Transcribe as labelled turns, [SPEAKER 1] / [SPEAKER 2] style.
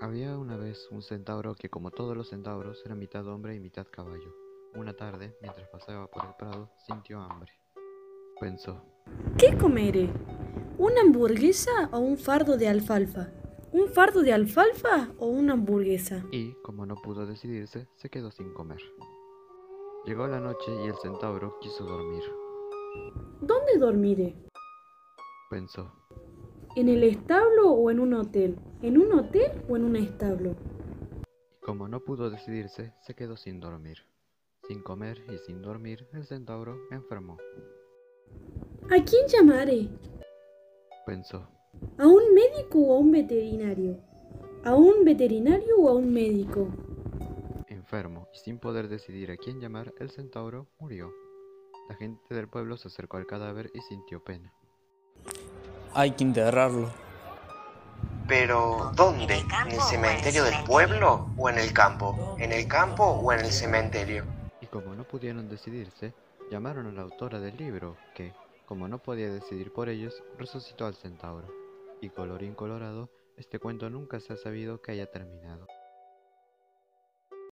[SPEAKER 1] Había una vez un centauro que, como todos los centauros, era mitad hombre y mitad caballo. Una tarde, mientras paseaba por el prado, sintió hambre. Pensó,
[SPEAKER 2] ¿Qué comeré? ¿Una hamburguesa o un fardo de alfalfa? ¿Un fardo de alfalfa o una hamburguesa?
[SPEAKER 1] y, como no pudo decidirse, se quedó sin comer. Llegó la noche y el centauro quiso dormir.
[SPEAKER 2] ¿Dónde dormiré?
[SPEAKER 1] Pensó,
[SPEAKER 2] ¿En el establo o en un hotel? ¿En un hotel o en un establo?
[SPEAKER 1] y como no pudo decidirse, se quedó sin dormir. Sin comer y sin dormir, el centauro enfermó.
[SPEAKER 2] ¿A quién llamaré?
[SPEAKER 1] Pensó,
[SPEAKER 2] ¿A un médico o a un veterinario? ¿A un veterinario o a un médico?
[SPEAKER 1] enfermo y sin poder decidir a quién llamar, el centauro murió. La gente del pueblo se acercó al cadáver y sintió pena.
[SPEAKER 3] Hay que enterrarlo.
[SPEAKER 4] Pero, ¿dónde? ¿En el cementerio del pueblo o en el campo? ¿En el campo o en el cementerio?
[SPEAKER 1] Y como no pudieron decidirse, llamaron a la autora del libro, que, como no podía decidir por ellos, resucitó al centauro. Y colorín colorado, este cuento nunca se ha sabido que haya terminado.